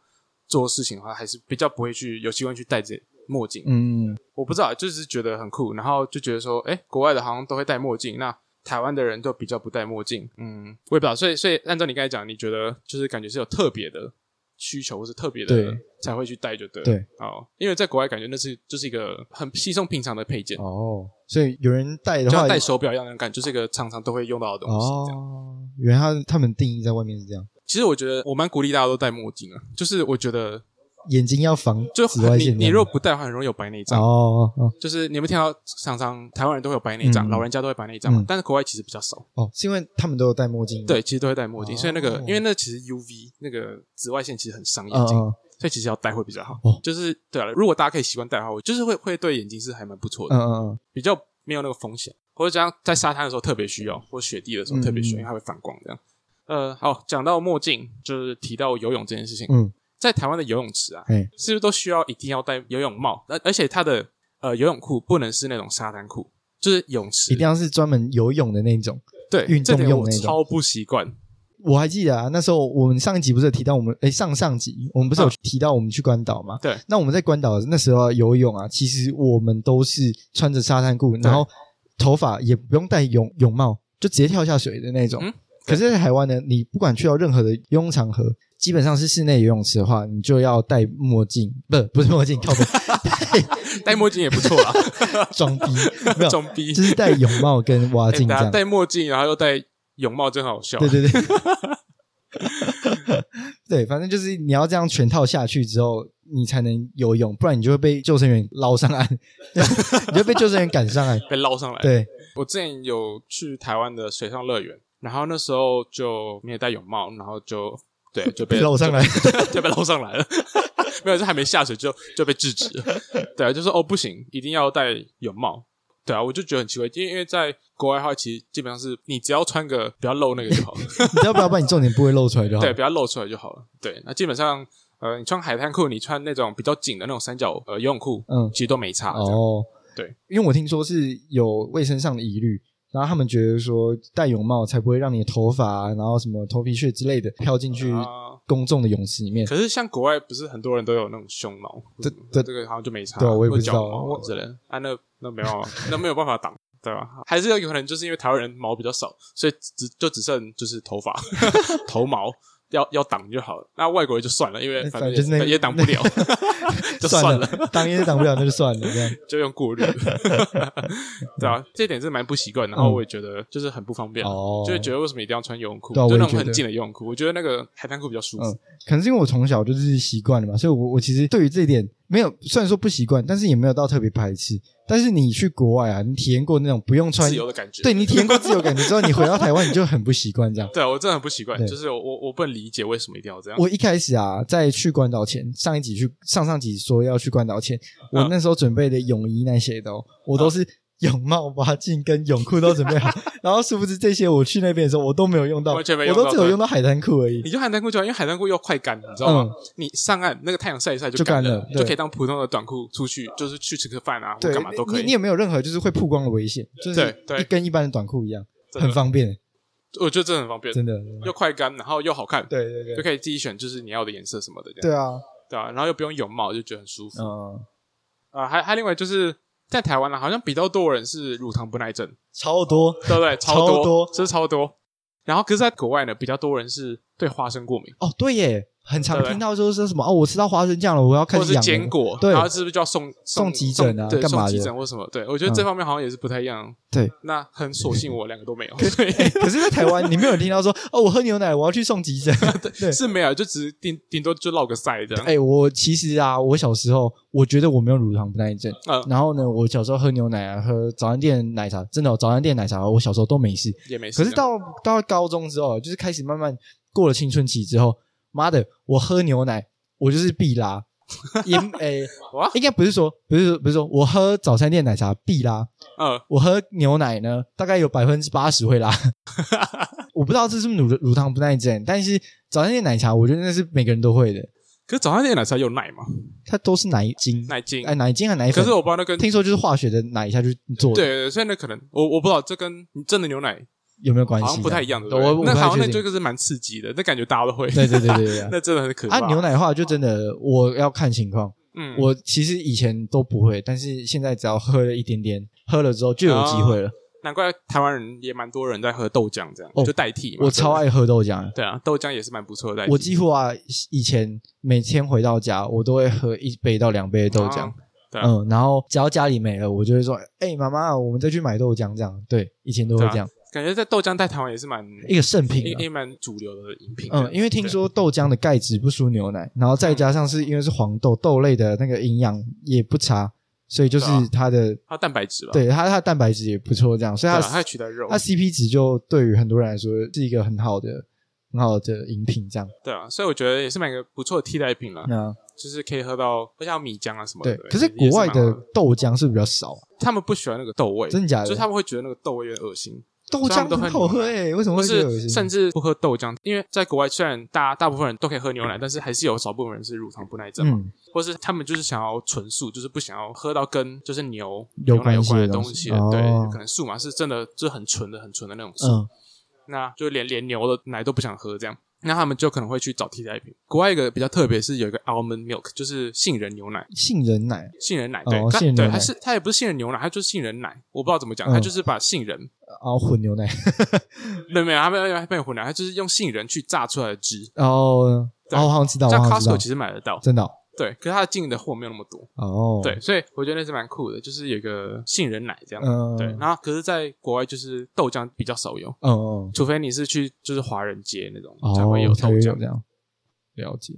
Speaker 2: 做事情的话，还是比较不会去有习惯去戴这墨镜。
Speaker 1: 嗯嗯
Speaker 2: 我不知道，就是觉得很酷，然后就觉得说，哎，国外的好像都会戴墨镜，那台湾的人都比较不戴墨镜。嗯，我也不知道，所以所以按照你刚才讲，你觉得就是感觉是有特别的需求，或是特别的
Speaker 1: 对
Speaker 2: 才会去戴就对了。
Speaker 1: 对，
Speaker 2: 哦，因为在国外感觉那是就是一个很稀松平常的配件，
Speaker 1: 哦，所以有人戴的
Speaker 2: 就
Speaker 1: 话
Speaker 2: 像戴手表一样的感觉，就是一个常常都会用到的东西。这样，
Speaker 1: 哦，原来他他们定义在外面是这样，
Speaker 2: 其实我觉得我蛮鼓励大家都戴墨镜啊，就是我觉得
Speaker 1: 眼睛要防
Speaker 2: 就
Speaker 1: 紫外
Speaker 2: 你
Speaker 1: 线。
Speaker 2: 你如果不戴的话，很容易有白内
Speaker 1: 哦
Speaker 2: 障。
Speaker 1: 哦哦
Speaker 2: 就是你有没有听到常常台湾人都会有白内障，
Speaker 1: 嗯
Speaker 2: 老人家都会白内障嘛，
Speaker 1: 嗯
Speaker 2: 但是国外其实比较少。
Speaker 1: 哦，是因为他们都有戴墨镜，
Speaker 2: 对，其实都会戴墨镜，
Speaker 1: 哦
Speaker 2: 所以那个因为那其实 UV 那个紫外线其实很伤
Speaker 1: 嗯，
Speaker 2: 眼
Speaker 1: 嗯
Speaker 2: 睛，
Speaker 1: 嗯，
Speaker 2: 所以其实要戴会比较好。
Speaker 1: 哦
Speaker 2: 就是对啊，如果大家可以习惯戴的话，我就是会会对眼睛是还蛮不错的，
Speaker 1: 嗯嗯
Speaker 2: 比较没有那个风险。或者这样在沙滩的时候特别需要，或雪地的时候特别需
Speaker 1: 嗯
Speaker 2: 要，因为它会反光这样。呃，好，讲到墨镜，就是提到游泳这件事情，
Speaker 1: 嗯，
Speaker 2: 在台湾的游泳池啊，
Speaker 1: 哎，
Speaker 2: 是不是都需要一定要戴游泳帽？而而且它的呃游泳裤不能是那种沙滩裤，就是泳池
Speaker 1: 一定要是专门游泳的那种。
Speaker 2: 对
Speaker 1: 运动
Speaker 2: 这点
Speaker 1: 用
Speaker 2: 我
Speaker 1: 那种
Speaker 2: 超不习惯。
Speaker 1: 我还记得啊，那时候我们上一集不是有提到我们，哎，上上集我们不是有
Speaker 2: 嗯
Speaker 1: 提到我们去关岛嘛？
Speaker 2: 对
Speaker 1: 那我们在关岛那时候游泳啊，其实我们都是穿着沙滩裤，然后头发也不用戴泳泳帽，就直接跳下水的那种。
Speaker 2: 嗯
Speaker 1: 可是，在台湾呢，你不管去到任何的游泳场合，基本上是室内游泳池的话，你就要戴墨镜，不不是墨镜，靠背
Speaker 2: 戴墨镜也不错啊啦，
Speaker 1: 装逼，没有，
Speaker 2: 装逼。
Speaker 1: 就是戴泳帽跟蛙
Speaker 2: 哎
Speaker 1: 镜这
Speaker 2: 大家
Speaker 1: 样。
Speaker 2: 戴墨镜，然后又戴泳帽，真好笑。
Speaker 1: 对对对， 对，反正就是你要这样全套下去之后，你才能游泳，不然你就会被救生员捞上岸， 你就被救生员赶上来。
Speaker 2: 被捞上来。
Speaker 1: 对，
Speaker 2: 我之前有去台湾的水上乐园，然后那时候就没有戴泳帽，然后就对 就被
Speaker 1: 被捞上来，
Speaker 2: 就就被捞上来了。 没有，就还没下水就就被制止了。对啊，就说哦不行，一定要戴泳帽。对啊，我就觉得很奇怪，因为因为在国外的话，其实基本上是你只要穿个不要露那个就好 了。
Speaker 1: 你只要不要把你重点部位露出来就好。
Speaker 2: 对，不要露出来就好了。对，那基本上，呃，你穿海滩裤，你穿那种比较紧的那种三角呃游泳裤，
Speaker 1: 嗯
Speaker 2: 其实都没差。这样
Speaker 1: 哦，
Speaker 2: 对，
Speaker 1: 因为我听说是有卫生上的疑虑。然后他们觉得说戴泳帽才不会让你的头发啊、然后什么头皮屑之类的飘进去
Speaker 2: 啊
Speaker 1: 公众的泳池里面。
Speaker 2: 可是像国外不是很多人都有那种胸毛，
Speaker 1: 这
Speaker 2: 嗯
Speaker 1: 这
Speaker 2: 这个好像就没差，
Speaker 1: 对啊我也不知道
Speaker 2: 或者脚毛
Speaker 1: 我
Speaker 2: 之类的啊，那那没办法，那没有 办法挡，对吧？还 是有可能就是因为台湾人毛比较少，所以只就只剩就是头发头毛，要要挡就好了。那外国人就算了，因为反正
Speaker 1: 哎反正
Speaker 2: 也
Speaker 1: 就是那个
Speaker 2: 也挡不了， 就
Speaker 1: 算
Speaker 2: 了，
Speaker 1: 了，挡也挡不了，那就算了，这 样。
Speaker 2: 就用过滤。对啊，这点是蛮不习惯，然后我也觉得就是很不方便啊，
Speaker 1: 嗯哦
Speaker 2: 就会觉得为什么一定要穿游泳裤？
Speaker 1: 对啊
Speaker 2: 就那
Speaker 1: 我也觉
Speaker 2: 种
Speaker 1: 得
Speaker 2: 很紧的游泳裤，我觉得那个海滩裤比较舒服。
Speaker 1: 嗯可能是因为我从小就是习惯了嘛，所以我我其实对于这一点没有，虽然说不习惯，但是也没有到特别排斥。但是你去国外啊，你体验过那种不用穿
Speaker 2: 自，由的感觉，
Speaker 1: 对你体 验过自由感觉之后，你回到台湾你就很不习惯这样。
Speaker 2: 对啊，我真的很不习惯，
Speaker 1: 对
Speaker 2: 就是我我我不能理解为什么一定要这样。
Speaker 1: 我一开始啊，在去关岛前，上一集去上上集说要去关岛前，我那时候准备的泳衣那些的哦，我都是泳帽、蛙镜跟泳裤都准备好，然后殊不知这些我去那边的时候我都没有用到，
Speaker 2: 完全没用
Speaker 1: 我
Speaker 2: 到
Speaker 1: 都只有
Speaker 2: 对
Speaker 1: 用到海滩裤而已
Speaker 2: 你。就海滩裤就好，因为海滩裤又快干，你知道吗？你上岸那个太阳晒一晒
Speaker 1: 嗯
Speaker 2: 就
Speaker 1: 就干
Speaker 2: 了，
Speaker 1: 了
Speaker 2: 你
Speaker 1: 对
Speaker 2: 就可以当普通的短裤出去，就是去吃个饭啊，或
Speaker 1: 对
Speaker 2: 干嘛都可
Speaker 1: 你你
Speaker 2: 以。
Speaker 1: 也没有任何就是会曝光的危险，就是
Speaker 2: 对对
Speaker 1: 一跟一般的短裤一样，
Speaker 2: 真 的
Speaker 1: 很方便，
Speaker 2: 我觉得真的很方 便，
Speaker 1: 真的。
Speaker 2: 又快干，然后又好看，
Speaker 1: 对对
Speaker 2: 就
Speaker 1: 对，
Speaker 2: 可以自己选就是你要的颜色什么的，这
Speaker 1: 对
Speaker 2: 样
Speaker 1: 啊，
Speaker 2: 对啊，然后又不用泳帽，就觉得很舒服
Speaker 1: 嗯，
Speaker 2: 啊。还还另外就是在台湾呢，啊好像比较多人是乳糖不耐症，
Speaker 1: 超多
Speaker 2: 对不对？
Speaker 1: 超
Speaker 2: 多，
Speaker 1: 多
Speaker 2: 这是超多。然后可是，在国外呢，比较多人是对花生过敏，
Speaker 1: 哦，对耶，很常
Speaker 2: 对啊
Speaker 1: 听到说是什么哦，我吃到花生酱了，我要开
Speaker 2: 或者
Speaker 1: 始
Speaker 2: 是
Speaker 1: 痒了
Speaker 2: 坚果，
Speaker 1: 对
Speaker 2: 然后是不是就要送
Speaker 1: 送急诊啊
Speaker 2: 送对，
Speaker 1: 干嘛
Speaker 2: 送
Speaker 1: 的
Speaker 2: 急诊或什么？对，我觉得这
Speaker 1: 嗯
Speaker 2: 方面好像也是不太一样。
Speaker 1: 对，
Speaker 2: 那很所幸我两个都没有，所以
Speaker 1: 可是，在台湾你没有听到说哦，我喝牛奶我要去送 急诊。对，
Speaker 2: 是没有，就只是顶顶多就落个赛这 样。
Speaker 1: 哎、我其实啊，我小时候我觉得我没有乳糖不耐症，
Speaker 2: 嗯，
Speaker 1: 然后呢，我小时候喝牛奶啊，喝早餐店奶茶，真的、哦、早餐店奶茶，我小时候都没事。
Speaker 2: 也没事。
Speaker 1: 可是到到高中之后，啊就是开始慢慢过了青春期之后，妈的，我喝牛奶我就是必拉，也 诶、
Speaker 2: 哇
Speaker 1: 应该不是说不是说不是说我喝早餐店奶茶必拉，
Speaker 2: 嗯，
Speaker 1: 我喝牛奶呢，大概有百分之八十 会拉。我不知道这是不是乳乳糖不耐症，但是早餐店奶茶，我觉得那是每个人都会的，
Speaker 2: 可是早餐店奶茶有奶吗？
Speaker 1: 它都是奶精，
Speaker 2: 奶精
Speaker 1: 嗯哎，。奶精和奶
Speaker 2: 可
Speaker 1: 粉
Speaker 2: 是。我不知道那跟对
Speaker 1: 听说就是化学的奶下去做的，
Speaker 2: 对，对所以那可能我我不知道这跟真的牛奶
Speaker 1: 有没有关系？
Speaker 2: 好像不太一样的。
Speaker 1: 对
Speaker 2: 对
Speaker 1: 我
Speaker 2: 不
Speaker 1: 我
Speaker 2: 对那
Speaker 1: 不太
Speaker 2: 好像那
Speaker 1: 确定
Speaker 2: 这个是蛮刺激的，那感觉大家都会。
Speaker 1: 对对对对对对。
Speaker 2: 那真的很可怕。
Speaker 1: 啊，牛奶的话就真的我要看情况，
Speaker 2: 嗯，
Speaker 1: 我其实以前都不会，但是现在只要喝了一点点，喝了之后就有机会了。
Speaker 2: 难怪台湾人也蛮多人在喝豆浆这样，
Speaker 1: 哦
Speaker 2: 就代替嘛。
Speaker 1: 我
Speaker 2: 对
Speaker 1: 超。爱喝豆浆，
Speaker 2: 对啊，豆浆也是蛮不错的代替。
Speaker 1: 我几乎啊以前每天回到家，我都会喝一杯到两杯的豆浆
Speaker 2: 啊。对啊
Speaker 1: 嗯，然后只要家里没了，我就会说：“哎、妈妈，我们再去买豆浆。”这样，对，以前
Speaker 2: 啊
Speaker 1: 都会这样，
Speaker 2: 感觉在豆浆在台湾也是蛮
Speaker 1: 一个圣品、
Speaker 2: 也
Speaker 1: 啊。
Speaker 2: 也蛮主流的饮品。
Speaker 1: 嗯，因为听说豆浆的钙质不输牛奶，然后
Speaker 2: 嗯
Speaker 1: 再加上是因为是黄豆，豆类的那个营养也不差，所以就是
Speaker 2: 对啊
Speaker 1: 它的
Speaker 2: 它蛋白质吧，
Speaker 1: 对它它的蛋白质也不错，这样，所以
Speaker 2: 对
Speaker 1: 它
Speaker 2: 啊，它取代肉
Speaker 1: 它，CP 值就对于很多人来说是一个很好的、很好的饮品，这样。
Speaker 2: 对啊，所以我觉得也是蛮个不错的替代品了，
Speaker 1: 那
Speaker 2: 就是可以喝到不像米浆啊什么
Speaker 1: 嗯对
Speaker 2: 的。，
Speaker 1: 可是国外
Speaker 2: 啊也是
Speaker 1: 的
Speaker 2: 蛮好
Speaker 1: 豆浆是比较少啊，
Speaker 2: 他们不喜欢那个豆味，
Speaker 1: 真的假
Speaker 2: 就
Speaker 1: 的？
Speaker 2: 是他们会觉得那个豆味有点恶心，
Speaker 1: 豆
Speaker 2: 所以他
Speaker 1: 浆
Speaker 2: 们都
Speaker 1: 很
Speaker 2: 很
Speaker 1: 好喝欸
Speaker 2: 牛奶
Speaker 1: 诶、为什么
Speaker 2: 或
Speaker 1: 会觉得恶
Speaker 2: 是
Speaker 1: 心？
Speaker 2: 甚至不喝豆浆，因为在国外虽然大大部分人都可以喝牛奶，但是还是有少部分人是乳糖不耐症嘛，
Speaker 1: 嗯，
Speaker 2: 或是他们就是想要纯素，就是不想要喝到跟就是牛
Speaker 1: 有
Speaker 2: 牛奶
Speaker 1: 关
Speaker 2: 有
Speaker 1: 系的
Speaker 2: 关的
Speaker 1: 东
Speaker 2: 东
Speaker 1: 西
Speaker 2: 西，
Speaker 1: 哦
Speaker 2: 对，可能素嘛是真的，就是很纯的很纯的那种素，
Speaker 1: 嗯，
Speaker 2: 那就连连牛的奶都不想喝这样。那他们就可能会去找替代品。国外一个比较特别是有一个 almond milk，就是杏仁牛奶，
Speaker 1: 杏仁奶
Speaker 2: 杏仁奶
Speaker 1: 哦
Speaker 2: 对，它
Speaker 1: 杏仁
Speaker 2: 对，
Speaker 1: 牛奶
Speaker 2: 它是它也不是杏仁牛奶，它就是杏仁奶，我不知道怎么讲，
Speaker 1: 嗯
Speaker 2: 它就是把杏仁
Speaker 1: 啊，混牛奶，
Speaker 2: 没有没有，它没有它没有混奶，它就是用杏仁去榨出来的汁。
Speaker 1: 然后哦，我
Speaker 2: 对
Speaker 1: 好像知道，我
Speaker 2: 在
Speaker 1: 好像知道
Speaker 2: Costco，其实买得到，
Speaker 1: 真的哦
Speaker 2: 对，可是它进的货没有那么多，
Speaker 1: 哦，
Speaker 2: 对，，所以我觉得那是蛮酷的，就是有一个杏仁奶这样，
Speaker 1: 嗯，
Speaker 2: 对。
Speaker 1: 嗯
Speaker 2: 然后可是，在国外就是豆浆比较少有，
Speaker 1: 嗯，
Speaker 2: 除非你是去就是华人街那种、
Speaker 1: 哦，
Speaker 2: 才会有豆
Speaker 1: 才会有
Speaker 2: 浆
Speaker 1: 这。样，了解。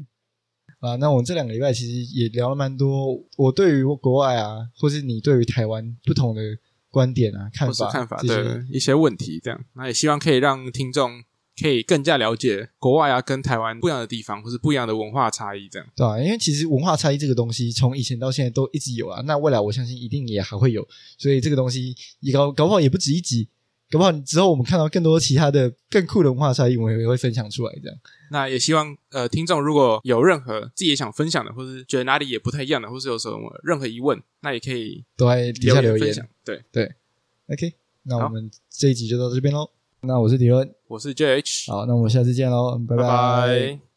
Speaker 1: 啊，那我们这两个礼拜其实也聊了蛮多，我对于国外啊，或是你对于台湾不同的观点啊、看
Speaker 2: 或是
Speaker 1: 法、
Speaker 2: 看法
Speaker 1: 这些
Speaker 2: 对一些问题，这样那也希望可以让听众可以更加了解国外啊跟台湾不一样的地方，或是不一样的文化差异，这样
Speaker 1: 对啊，因为其实文化差异这个东西，从以前到现在都一直有啊。那未来我相信一定也还会有，所以这个东西也搞搞不好也不止一集，搞不好之后我们看到更多其他的更酷的文化差异，我们也会分享出来。这样，
Speaker 2: 那也希望呃听众如果有任何自己也想分享的，或是觉得哪里也不太一样的，或是有什么任何疑问，那也可以
Speaker 1: 都在底下留
Speaker 2: 分
Speaker 1: 言。
Speaker 2: 享。对，
Speaker 1: OK，那我
Speaker 2: 好
Speaker 1: 们这一集就到这边喽。那我是迪伦，
Speaker 2: 我是 JH，
Speaker 1: 好，那我们下次见喽，拜
Speaker 2: 拜拜